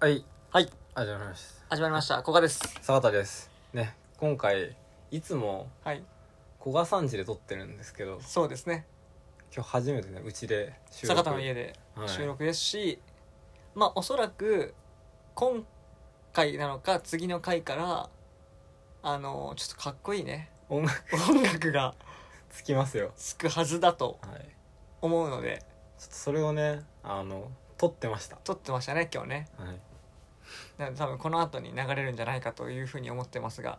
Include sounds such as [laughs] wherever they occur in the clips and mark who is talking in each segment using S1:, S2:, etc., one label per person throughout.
S1: はい、あ
S2: はい、
S1: りがとうございます。
S2: 始まりました。古賀です。
S1: 坂田です。ね、今回、いつも
S2: はい、
S1: 古賀山地で撮ってるんですけど、
S2: そうですね。
S1: 今日初めてね、うちで収
S2: 坂田の家で
S1: はい
S2: 収録ですし、まあおそらく今回なのか次の回からあのちょっとかっこいいね
S1: 音楽
S2: 音楽が
S1: つきますよ。
S2: つくはずだと
S1: はい。
S2: 思うので
S1: ちょっとそれをね、あの、撮ってました。
S2: 撮ってましたね今日ね。
S1: はい。
S2: なので多分この後に流れるんじゃないかというふうに思ってますが、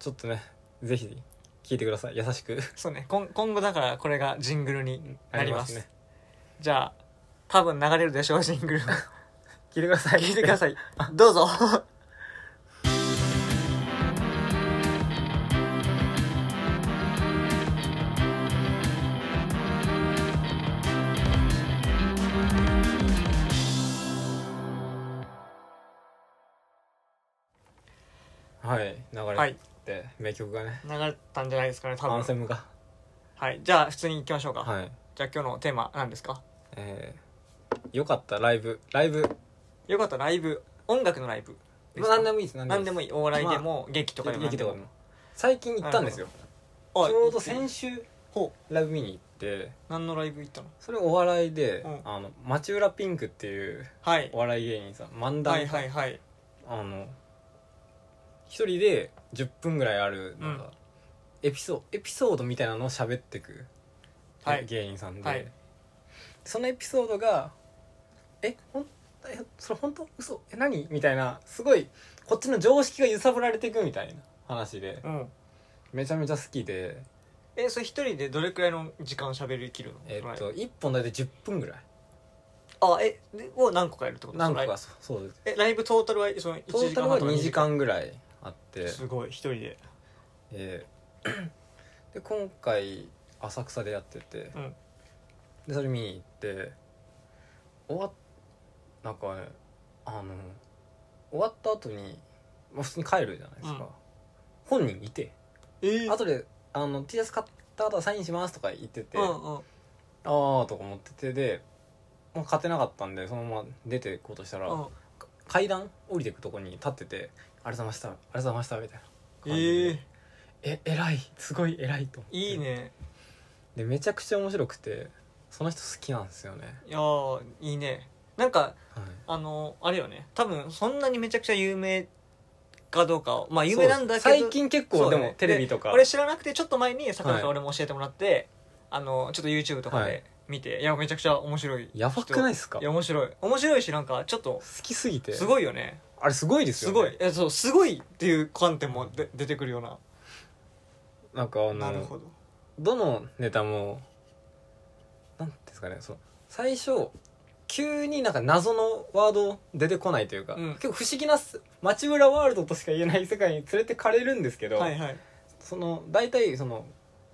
S1: ちょっとね、ぜひ、聞いてください。優しく
S2: そうね今今後だからこれがジングルになります。
S1: ね。
S2: じゃあ多分流れるでしょうジング
S1: 聞
S2: ル。
S1: いてください。
S2: 聞いてください。どうぞ。
S1: はい、流
S2: は
S1: れ
S2: い、
S1: て、名曲がね、
S2: 流れたんじゃないですかね、多
S1: ア
S2: 分
S1: ン。セムが。
S2: はい、じゃあ普通に行きましょうか。
S1: はい。
S2: じゃあ今日のテーマ何ですか
S1: えー、よかった、ライブ。ライブ。
S2: よかったらライブ、音楽のライブです
S1: まあ
S2: か。
S1: 何でもいいです。何
S2: 何でも
S1: いい
S2: いい。お笑いでも、劇と
S1: です。
S2: かでも何
S1: 劇
S2: で
S1: と
S2: も
S1: かでも。最近行ったんですよ。
S2: あ
S1: ちょうど先週
S2: ほ
S1: ライブ見に行って
S2: う何のライブ行ったの
S1: それお笑いで、
S2: うん
S1: あの町浦ピンクっていう
S2: はい
S1: お。笑い芸人さん漫
S2: はい
S1: 談さん、
S2: はいはい。
S1: あの一人で10分ぐらいあるなんか、エピソエピソードみたいなのを喋ってく、
S2: はい
S1: 芸人さんで、
S2: はい
S1: そのエピソードが「えほんえそれ本当嘘え何?」みたいなすごいこっちの常識が揺さぶられていくみたいな話で
S2: うん。
S1: めちゃめちゃ好きで
S2: え、それ一人でどれくらいの時間喋りきるの
S1: えっ
S2: その
S1: と1本大体10分ぐらい
S2: ライブあ、え、でを何個かやるってこと
S1: 何個
S2: そのライ
S1: か
S2: ブ
S1: そそうです
S2: え、ライブトータルはその1
S1: トー
S2: 時
S1: タ
S2: 間
S1: ル
S2: 半
S1: は
S2: とか2
S1: 2
S2: 時
S1: 時
S2: 間。
S1: 間ぐらいあって、
S2: すごい、一人で。
S1: えーで今回浅草でやってて
S2: うん。
S1: でそれ見に行って終わっなんかねあの終わった後にまあ普通に帰るじゃないですか、本人いて
S2: えー、
S1: 後であの T シャツ買った方はサインしますとか言ってて、
S2: う
S1: あ
S2: んうん。
S1: あとか思っててでもう買ってなかったんでそのまま出て行こうとしたら、
S2: うん
S1: 階段降りてくとこに立ってて「ありがとうございましたありがとうございました」みたいな
S2: え
S1: 感じで
S2: ー、
S1: え偉いすごい偉いと思って
S2: いいね。
S1: でめちゃくちゃ面白くてその人好きなんですよね、
S2: いやーいいね。なんか、
S1: はい、
S2: あのあれよね多分そんなにめちゃくちゃ有名かどうかをまあ有名なんだけど
S1: そう最近結
S2: そ
S1: 構
S2: う
S1: で
S2: だ
S1: も、
S2: ね
S1: テレビとか
S2: で俺知らなくてちょっと前に坂田か
S1: は
S2: ら
S1: い
S2: 俺も教えてもらって、あのちょっと YouTube とか
S1: は
S2: で
S1: い
S2: 見て、い、やめちゃくちゃ面白い人
S1: やばくないですか
S2: いや
S1: 好
S2: 面白い面白いしなんかちょっと
S1: きすぎて
S2: すごいよね
S1: あれすごいです
S2: す
S1: よ、ね、
S2: ごいいやそうすごいっていう観点もで出てくるような
S1: なんかあ
S2: なる
S1: の
S2: ほど
S1: どのネタもなんていうんですかねその最初急になんか謎のワード出てこないというか、
S2: うん
S1: 結構不思議なす街裏ワールドとしか言えない世界に連れてかれるんですけど、
S2: はいはい、
S1: その大体その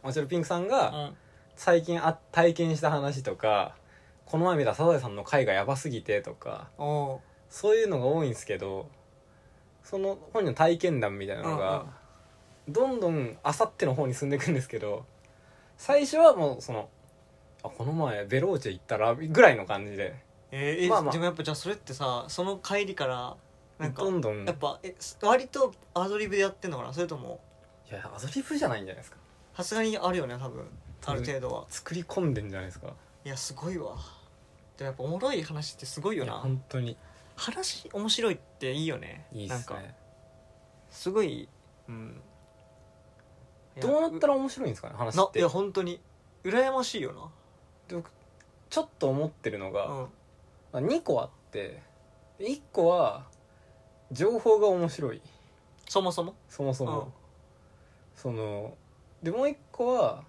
S1: もちろんピンクさんが、
S2: うん、
S1: 最近あ体験した話とかこの前見たサザエさんの回がやばすぎてとか
S2: お
S1: そういうのが多いんですけどその本人の体験談みたいなの
S2: うん
S1: がどんどんあさっての方に進んでいくんですけど最初はもうその「あこの前ベローチェ行ったら」ぐらいの感じで
S2: えーえ
S1: まあまあ
S2: でもやっぱじゃあそれってさその帰りからなんか
S1: どんどん
S2: やっぱえ割とアドリブでやってんのかなそれとも
S1: いやアドリブじゃないんじゃないですか
S2: さすがにあるよね多分ある程度は
S1: 作り込んでんじゃないですか
S2: いやすごいわでもやっぱおもろい話ってすごい
S1: い
S2: よ
S1: や
S2: な
S1: 本当に
S2: 話面白いっていいよね
S1: いいっ
S2: なん
S1: す
S2: か
S1: ね
S2: すごいうんいや
S1: どうなったら面白いんですかね話っ
S2: ない
S1: て
S2: や本当に羨ましいよ
S1: で僕ちょっと思ってるのが、
S2: なうん
S1: まあ、2個あって1個は情報が面白い
S2: そもそも
S1: そもそも、
S2: うん
S1: そのでもう1個は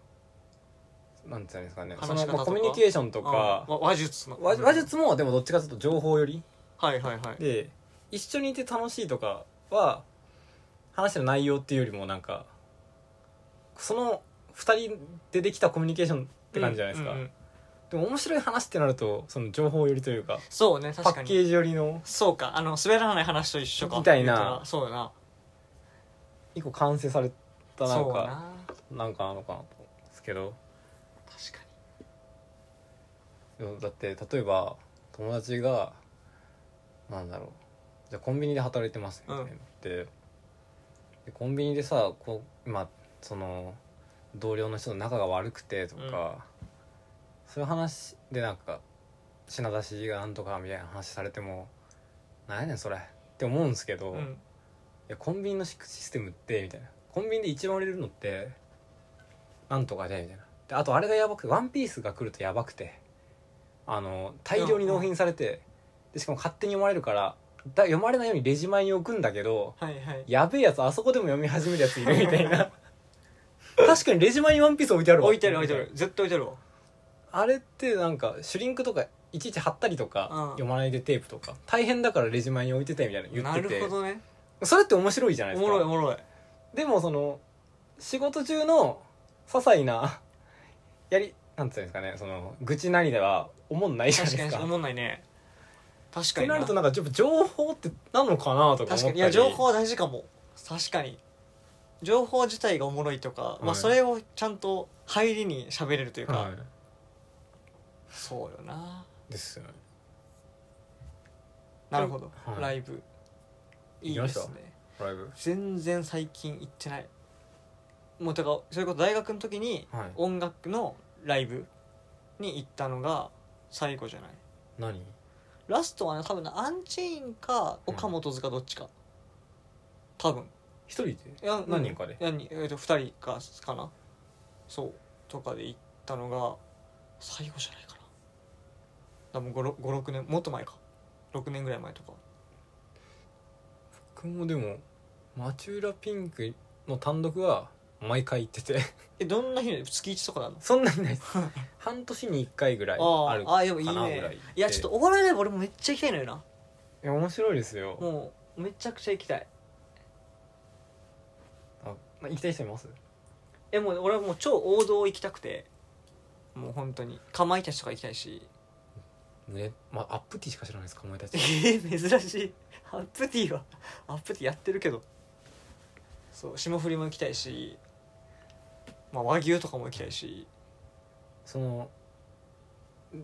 S1: なんて言うんですかねそ
S2: 話し
S1: の、
S2: 方と
S1: まあ
S2: か
S1: コミュニケーションとか
S2: うん、わ話術の
S1: わ話術もでもどっちかというと情報より
S2: はいはいはい
S1: で一緒にいて楽しいとかは話の内容っていうよりもなんかその2人でできたコミュニケーションって感じじゃないですか、
S2: うんうんうん
S1: でも面白い話ってなるとその情報よりというか
S2: そうね
S1: パ
S2: 確か
S1: ッ
S2: に
S1: ケージよりの
S2: そうかあの滑らない話と一緒か
S1: みたいな
S2: 言うたらそうだな
S1: 一個完成されたなん
S2: そう
S1: か
S2: だな
S1: なんかあのかなと思うんですけど
S2: 確か
S1: でもだって例えば友達がなんだろうじゃあコンビニで働いてますね
S2: うん
S1: みたいになって、でコンビニでさこうまあその同僚の人と仲が悪くてとか、
S2: うん
S1: そういう話でなんか品出しがなんとかみたいな話されても「なんやねんそれ」って思うんですけど、
S2: う
S1: い
S2: ん
S1: やコンビニのシステムってみたいなコンビニで一番売れるのってなんとかでみたいなであとあれがやばくて「ワンピースが来るとやばくてあの大量に納品されて、でしかも勝手に読まれるからだ読まれないようにレジ前に置くんだけど
S2: はいはい
S1: やべえやつあそこでも読み始めるやつい [laughs] るみたいな確かにレジ前に「ワンピース置いてあるわ
S2: 置いてある置いてある絶対置いてあるわ
S1: あれってなんかシュリンクとかいちいち貼ったりとか、
S2: うん
S1: 読まないでテープとか大変だからレジ前に置いてたみたいなの言
S2: な
S1: ってて
S2: るほどね
S1: それって面白いじゃない
S2: お
S1: です
S2: も
S1: か
S2: ろいおもろい
S1: でもその仕事中の些細なやりなんていうんですかねその愚痴なりでは思んないじゃないで
S2: 確か
S1: す
S2: に
S1: か
S2: おもんないね確
S1: っ
S2: か
S1: て
S2: に
S1: なると
S2: な
S1: なんかちょっと情報ってなのかなとか思ったり
S2: 確かにいや情報は大事かも確かに情報自体がおもろいとか、ま
S1: は
S2: あ
S1: い
S2: それをちゃんと入りに喋れるというか、
S1: は
S2: そうよない
S1: ですよね
S2: なるほど、
S1: はい
S2: ライブいい
S1: 行
S2: で
S1: きますした
S2: ね
S1: ライブ
S2: 全然最近行ってないもうだからそれこそ大学の時に
S1: はい
S2: 音楽のライブに行ったのが最後じゃない
S1: 何
S2: ラストはね多分ねアンチェインか
S1: うん
S2: 岡本塚どっちか多分
S1: 一人で
S2: いや
S1: 何人かで
S2: 何、えー、と2人かかなそうとかで行ったのが最後じゃないかな多分56年もっと前か6年ぐらい前とか
S1: 僕もでもマチューラピンクの単独は毎回行って [laughs] て
S2: えどんな日に月1とかなの
S1: そんなにないです半年に1回ぐらい
S2: あ
S1: ある
S2: あああでもいい
S1: かなぐらい
S2: ねいやちょっとお笑いライブ俺もめっちゃ行きたいのよない
S1: や面白いですよ
S2: もうめちゃくちゃ行きたい
S1: あまあ行きたい人います
S2: えもう俺はもう超王道行きたくてもう本当にかまいたちとか行きたいし
S1: ねまあアップティしか知らないですかお前た
S2: え
S1: ち
S2: ー、珍しいアップティーはアップティーやってるけどそう霜降りも行きたいし、まあ、和牛とかも行きたいし
S1: その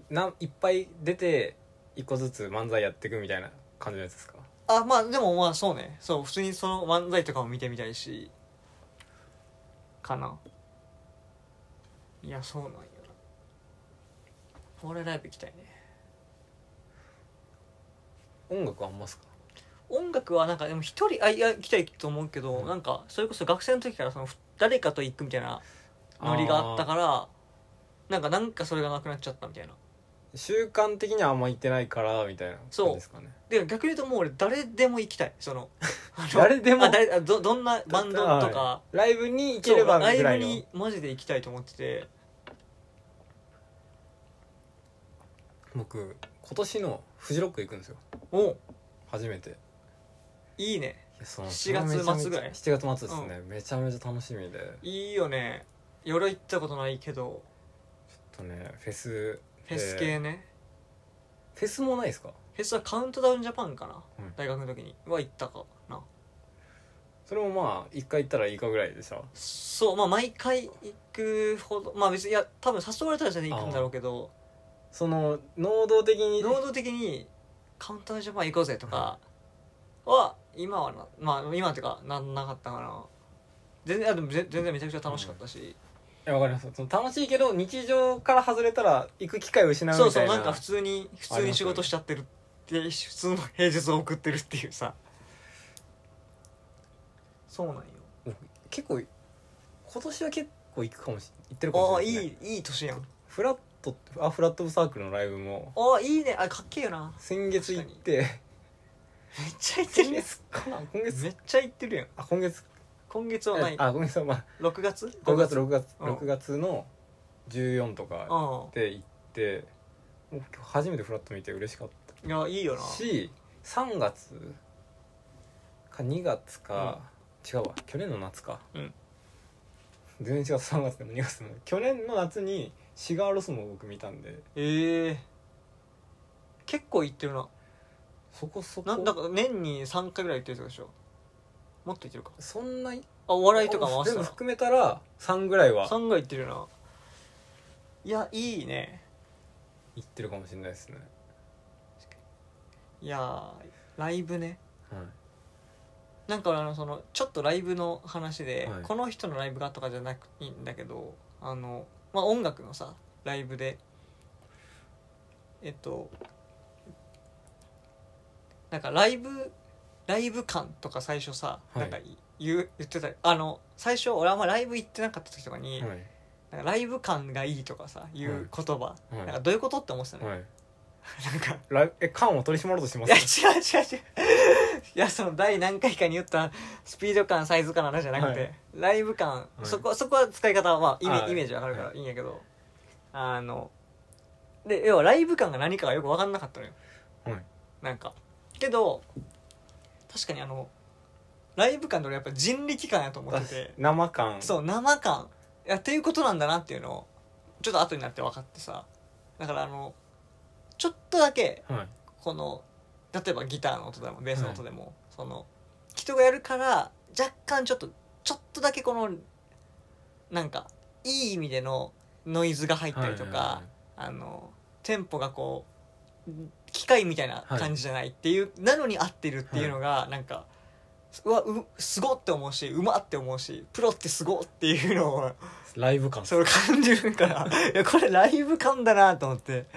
S1: なんいっぱい出て一個ずつ漫才やっていくみたいな感じのやつですか
S2: あまあでもまあそうねそう普通にその漫才とかも見てみたいしかないやそうなんやな俺ライブ行きたいね
S1: 音楽はあんますか
S2: 音楽はなんかでも一人あいや行きたいと思うけど、
S1: うん
S2: なんかそれこそ学生の時からそのふ誰かと行くみたいなノリがあったからなんかなんかそれがなくなっちゃったみたいな
S1: 習慣的にはあんま行ってないからみたいな
S2: そう
S1: 感じですかね
S2: で逆に言うともう俺誰でも行きたいそのあの
S1: 誰でも
S2: あ誰あどどんなバンドとか、
S1: はいライブに行ければ
S2: そうラ
S1: ぐら
S2: イ
S1: い
S2: ブ
S1: の
S2: にマジで行きたいと思ってて
S1: 僕今年のフジロック行くんですよ
S2: お
S1: 初めてい
S2: いいね
S1: やその
S2: 7月末ぐらい
S1: 7月末ですね、めちゃめちゃ楽しみでちょっ
S2: いいよね夜行ったことないけど
S1: とねフェス
S2: フェス系ね、
S1: フェスもないですか
S2: フェスはカウントダウンジャパンかな、
S1: うん
S2: 大学の時には行ったかな
S1: それもまあ一回行ったらいいかぐらいでした
S2: そうまあ毎回行くほどまあ別にいや多分誘われたら全然行くんだろうけど
S1: その能動的に
S2: 能動的に「カウンタージャパン行こうぜ」とかは今はなまあ今っていうかなんなかったかな全然あでもぜ全然めちゃくちゃ楽しかったし、
S1: いやわかりますその楽しいけど日常から外れたら行く機会を失うみたい
S2: そ
S1: な
S2: うそうなんか普通に普
S1: あり
S2: 通に
S1: ます
S2: 仕
S1: よね
S2: 事しちゃってるって普通の平日を送ってるっていうさそうなんよ
S1: 結構今年は結構行くかもし行ってるか
S2: あ
S1: も
S2: あ
S1: しれないですね
S2: いいいい年やん
S1: フラットあフラットサークルのライブも
S2: ああいいねあかっけえよな
S1: 先月行って
S2: めっちゃ行って
S1: [laughs] 先
S2: るやん
S1: 月かな今月
S2: めっちゃ行ってるやん
S1: あ今月
S2: 今月はない
S1: あごめんなさいまあ
S2: 6月
S1: 5月6月
S2: うん
S1: 6月の14とか
S2: あ
S1: で行ってもう今日初めてフラット見て嬉しかっ
S2: あいやいいよ
S1: た
S2: な
S1: し3月か2月か、違うわ去年の夏か、
S2: うん
S1: 全然違う3月でも2月でもない去年の夏にシガーロスも僕見たんで
S2: ええ結構行ってるな
S1: そこそこ
S2: なんだから年に3回ぐらい行ってるってことでしょもっと行ってるか
S1: そんな
S2: あお笑いとか回
S1: 全
S2: した
S1: 部
S2: ら
S1: 含めたら3ぐらいは
S2: 3回行ってるよないやいいね
S1: 行ってるかもしれないですね
S2: いやーライブねなんかあのそのちょっとライブの話で、
S1: はい
S2: この人のライブがとかじゃなくいいんだけどあの、まあ、音楽のさライブでえっとなんかライブライブ感とか最初さ、
S1: はい
S2: なんか言う言ってたあの最初俺あんまライブ行ってなかった時とかに、
S1: はい
S2: なんかライブ感がいいとかさ言う言葉、
S1: いはい
S2: なんかどういうことって思ってたの、
S1: はい
S2: [laughs] なんか
S1: ライえ缶を取り締まろうとしてま
S2: いや違
S1: す
S2: う違う違う [laughs] いやその第何回かに言ったスピード感サイズ感の話じゃなくて、
S1: はい
S2: ライブ感、
S1: い
S2: そこそこは使い方は、まあ、イメ
S1: はい
S2: イメージわかるからいいんやけど、あので要はライブ感が何かがよく分かんなかったのよ、
S1: はい
S2: なんかけど確かにあのライブ感って俺やっぱ人力感やと思ってて
S1: 生缶
S2: そう生感いやっていうことなんだなっていうのをちょっと後になって分かってさだからあのちょっとだけ
S1: はい
S2: この例えばギターの音でもベースの音でも、その人がやるから若干ちょっとちょっとだけこのなんかいい意味でのノイズが入ったりとか、
S1: は
S2: あのテンポがこう機械みたいな感じじゃないっていう、なのに合ってるっていうのが、なんかうわうすごって思うしうまって思うしプロってすごっていうのを
S1: いはいライブ感
S2: それ感じるからいやこれライブ感だなと思って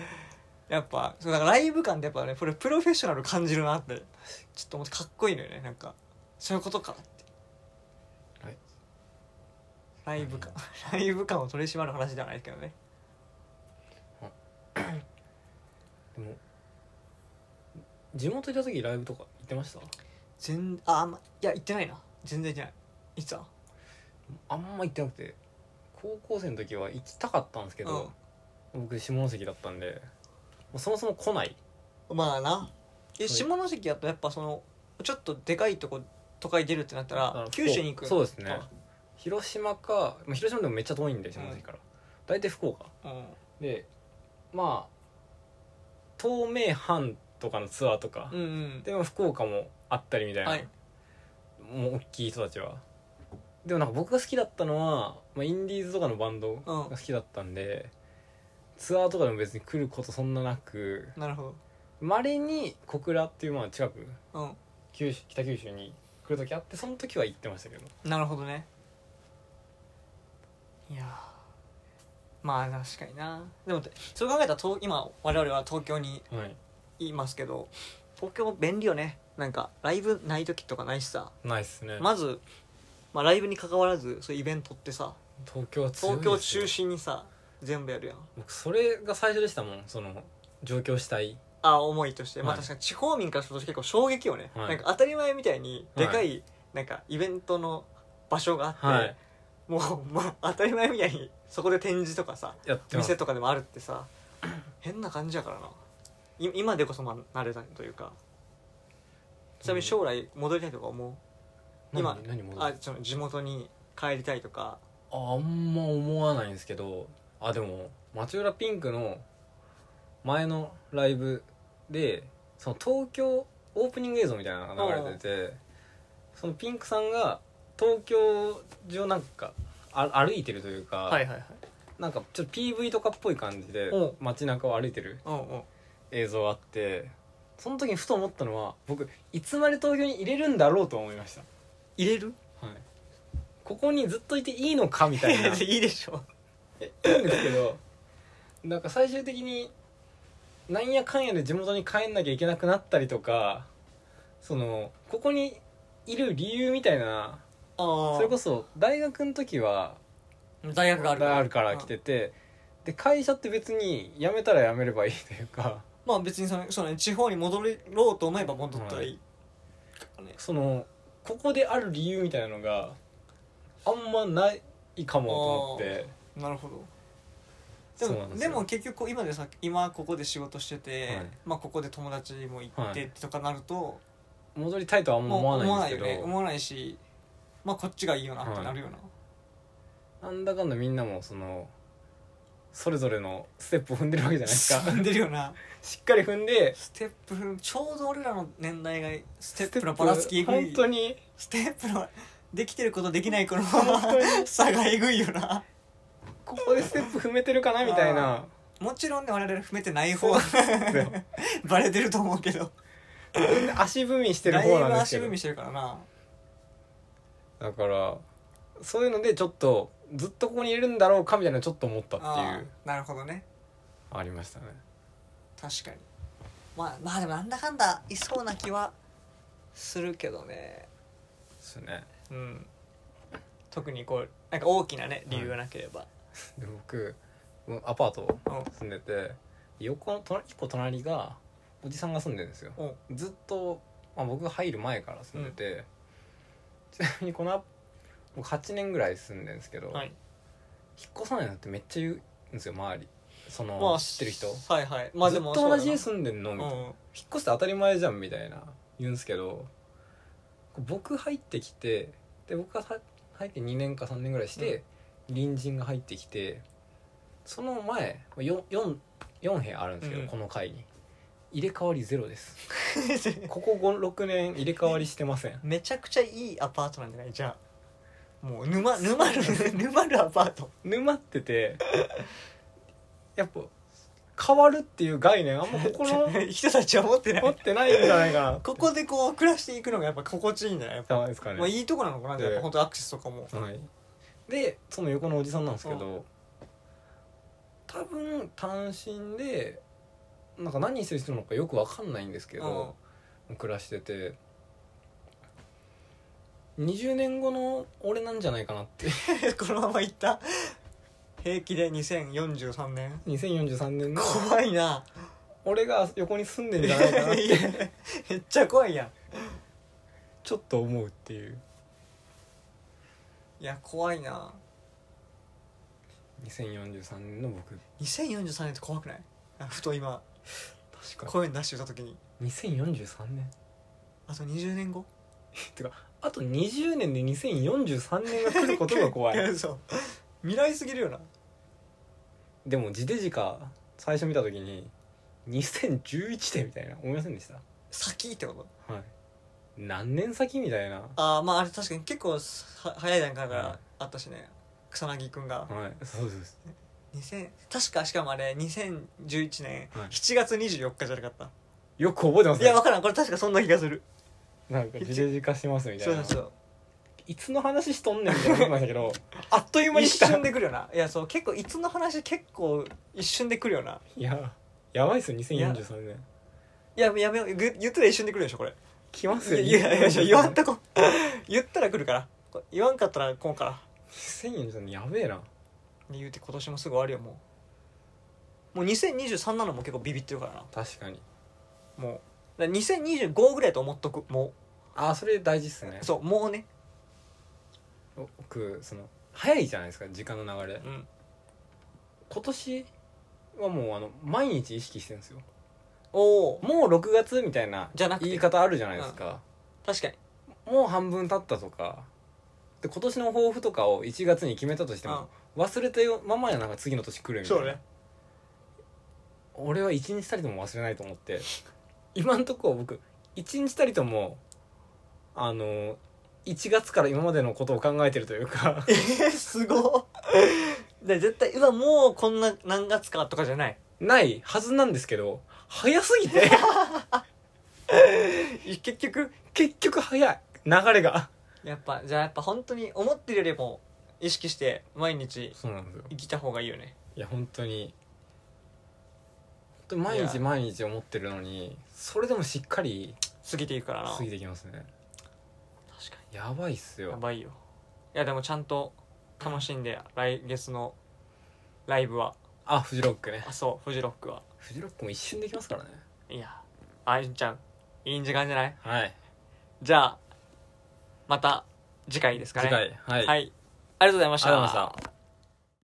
S2: やっぱそうだからライブ感ってやっぱねこれプロフェッショナル感じるなってちょっと思ってかっこいいのよねなんかそういうことかって
S1: はい
S2: ライブ感ライブ感を取り締まる話ではないけどね
S1: でも地元いた時ライブとか行ってました
S2: 全ああんまいや行ってないな全然行ってないいつだ
S1: あんま行ってなくて高校生の時は行きたかったんですけど、僕下関だったんでもうそもそも来ない
S2: まあなえ
S1: そう
S2: 下関やとやっぱそのちょっとでかいとこ都会出るってなった
S1: だからら
S2: 九州に行く
S1: そうですね
S2: あ
S1: 広島か、まあ、広島でもめっちゃ遠いんで下関から、大体福岡
S2: うん
S1: でまあ東名阪とかのツアーとか、
S2: うんうん
S1: でも福岡もあったりみたいな、
S2: はい
S1: もう大きい人たちはでもなんか僕が好きだったのは、まあ、インディーズとかのバンドが好きだったんで、ツアーとかでも別に来ることそんななく
S2: なるほ
S1: まれに小倉っていうまあ近く
S2: どうん
S1: 九州北九州に来る時あってその時は行ってましたけど
S2: なるほどねいやーまあ確かになでもそう考えたら東今我々は東京に
S1: はい
S2: いますけど東京便利よねなんかライブない時とかないしさ
S1: ないっすね、
S2: まず、まあ、ライブに関わらずそういうイベントってさ
S1: 東京は強い
S2: 東
S1: ですよ
S2: 京中心にさ全部やるやん
S1: 僕それが最初でしたもんその上京したい
S2: あ思いとして、まあ
S1: はい
S2: 確かに地方民からすると結構衝撃よね、
S1: はい
S2: なんか当たり前みたいにでか
S1: はい
S2: なんかイベントの場所があって、
S1: はい
S2: もう、まあ、当たり前みたいにそこで展示とかさ
S1: やってます
S2: 店とかでもあるってさ変な感じやからない今でこそまあ慣れたというかちなみに将来戻りたいとか思
S1: 何
S2: 今
S1: 何戻
S2: う、
S1: る
S2: あその地元に帰りたいとか
S1: ああんま思わないんですけどあでも町浦ピンクの前のライブでその東京オープニング映像みたいなのが流れててそのピンクさんが東京上なんかあ歩いてるというか、
S2: いはいはい
S1: なんかちょっと PV とかっぽい感じで
S2: うん
S1: 街中を歩いてる
S2: うんうん
S1: 映像があってその時にふと思ったのは僕いつまで東京に入れるんだろうと思いました、
S2: 入れる
S1: はい、ここにずっといていいのかみたいな
S2: [laughs] いいでしょ
S1: いいんですけどなんか最終的になんやかんやで地元に帰んなきゃいけなくなったりとかそのここにいる理由みたいな
S2: ああ
S1: それこそ大学の時は
S2: 大学がある
S1: あるから来ててで会社って別に辞めたら辞めればいいというか
S2: まあ別にそのその地方に戻ろうと思えば戻ったらいい、ね
S1: そのここである理由みたいなのがあんまないかもと思って
S2: なるほどで
S1: そうなん
S2: も
S1: です
S2: で
S1: よ
S2: も結局今でさ今ここで仕事してて、
S1: はい
S2: まあここで友達も行っ
S1: は
S2: て
S1: い
S2: とかなると、
S1: 戻りたいとはあんま
S2: もう
S1: 思わ
S2: 思わ
S1: な
S2: ないい
S1: んです
S2: よ
S1: け
S2: ね
S1: ど
S2: 思わないしまあこっちがいいよなってなるよな、
S1: なんだかんだみんなもそのそれぞれのステップを踏んでるわけじゃないですか
S2: [laughs] 踏んでるよな
S1: しっかり踏んで
S2: ステップ踏むちょうど俺らの年代がステ
S1: ス
S2: ップのばらつきえぐ
S1: 本
S2: い
S1: 当に
S2: ステップのできてることできない子の
S1: 本当に
S2: 差がえぐいよな
S1: ここでステップ踏めてるかなみたいな [laughs]
S2: もちろんね我々踏めてない方
S1: そう
S2: バレてると思うけど
S1: 足踏みしてる
S2: だい
S1: 方なん
S2: ぶ
S1: です
S2: 足
S1: け
S2: 踏
S1: ど
S2: みしてるからな
S1: だからそういうのでちょっとずっとここにいるんだろうかみたいなのちょっと思ったって
S2: あ
S1: いう
S2: あなるほどね
S1: ありましたね
S2: 確かにまあまあでもなんだかんだいそうな気はするけどね
S1: ですね
S2: うん特にこうなんか大きなね理由がなければ、
S1: で僕もうアパート
S2: うん
S1: 住んでて横の隣一個隣がおじさんが住んでるんですよ
S2: お
S1: ずっと、まあ、僕入る前から住んでて、ちなみにこのア僕8年ぐらい住んでるんですけど、
S2: はい
S1: 引っ越さないのってめっちゃ言うんですよ周りその、
S2: まあ
S1: 知ってる人、
S2: はいはいまあでも
S1: ずっと同じ
S2: そう
S1: 家住
S2: だな
S1: んでんのみたいな、
S2: うん
S1: 引っ越して当たり前じゃんみたいな言うんですけど僕入ってきてで僕がさ入って2年か3年ぐらいして、隣人が入ってきてその前 4, 4, 4部屋あるんですけど、
S2: うん
S1: この階に入れ替わりゼロですここ56年入れ替わりしてません
S2: [laughs] めちゃくちゃいいアパートなんじゃないじゃあもう沼
S1: [laughs]
S2: 沼る沼るアパート
S1: [laughs] 沼っててやっぱ変わるっていう概念あんまここ [laughs] の
S2: 人たちは持ってな
S1: 持っ
S2: い
S1: てないんじゃないかな
S2: ここでこう暮らしていくのがやっぱ心地いいんだよやっぱ、
S1: そうですかね
S2: まあ、いいとこなのかなじゃあ
S1: ええ
S2: やっぱ本当アクセスとかも [laughs]
S1: はい、でその横のおじさんなんですけど多分単身でなんか何してる人なのかよくわかんないんですけど暮らしてて20年後の俺なんじゃないかなって
S2: うんこのままいった平気で2043年
S1: 2043年の
S2: 怖いな
S1: 俺が横に住んでんじ [laughs] ゃないかな
S2: [laughs]
S1: って
S2: めっちゃ怖いやん
S1: ちょっと思うっていう
S2: いや怖いな
S1: 2043年の僕
S2: 2043年って怖くないあふと今
S1: 確か
S2: 声に出してた時に
S1: に2043年
S2: あと20年後
S1: あと20年で2043年が来ることが怖い
S2: や [laughs] そう未来すぎるよな
S1: でも地デジカ最初見た時に2011年みたいな思いませんでした
S2: 先ってこと
S1: はい何年先みたいな
S2: ああまああれ確かに結構さ早い段階か
S1: うん
S2: らあったしね草薙くんが
S1: はいそうです
S2: 2000確かしかもあれ2011年
S1: はい
S2: 7月24日じゃなかった、
S1: よく覚えてます
S2: い、
S1: ね
S2: や分からんこれ確かそんな気がする
S1: なんか地デジ化しますみた
S2: そう
S1: い
S2: そ
S1: な
S2: うそう
S1: いつの話しとんねんみたいな思ってましたけどあっという間に
S2: 一
S1: 来た
S2: 瞬で来るよないやそう結構いつの話結構一瞬で来るよない
S1: ややばいっすよ2043年
S2: いややめようぐ言ったら一瞬で来るでしょこれ
S1: 来ま
S2: い
S1: す
S2: や
S1: よ
S2: いやいやいや言わん
S1: た
S2: とこ言ったら来るからこ言わんかったら来んから
S1: 2043年やべえな
S2: 言うて今年もすぐ終わるよもうもう2023なのも結構ビビってるからな
S1: 確かに
S2: もうだから2025ぐらいと思っとくも
S1: あそれ大事っすね
S2: うそうもうね
S1: 僕その早いじゃないですか時間の流れ
S2: うん
S1: 今年はもうあの毎日意識してるんですよ
S2: おお
S1: もう6月みたいな
S2: じゃなくて
S1: 言い方あるじゃないですか、
S2: 確かに
S1: もう半分経ったとかで今年の抱負とかを1月に決めたとしても、忘れたままやなんか次の年来るみたいな俺は1日たりとも忘れないと思って今んとこ僕1日たりともあの1月から今までのことを考えてるというか
S2: えー、すごっで絶対うわもうこんな何月かとかじゃない
S1: ないはずなんですけど早すぎ [laughs] て
S2: い結局
S1: 結局早い流れが
S2: やっぱじゃあやっぱ本当に思ってるよりも意識して毎日
S1: そうなんですよ
S2: 生きた方がいいよね
S1: いや本当に本当に毎
S2: い
S1: 日
S2: や
S1: 毎日思ってるのにそれでもしっかり
S2: 過ぎていくからな
S1: 過ぎ
S2: 確か
S1: てきますね
S2: に
S1: やばいっす
S2: や
S1: よ
S2: ばいよいやでもちゃんと楽しんで来月のライブは
S1: あフジロックね
S2: あそうフジロックは
S1: フジロックも一瞬できますからね
S2: いやあいんちゃんいいん時間じゃない
S1: はい
S2: じゃあまた次回ですかね
S1: 次回はい、
S2: はい、ありがとうございました
S1: ありがとうございました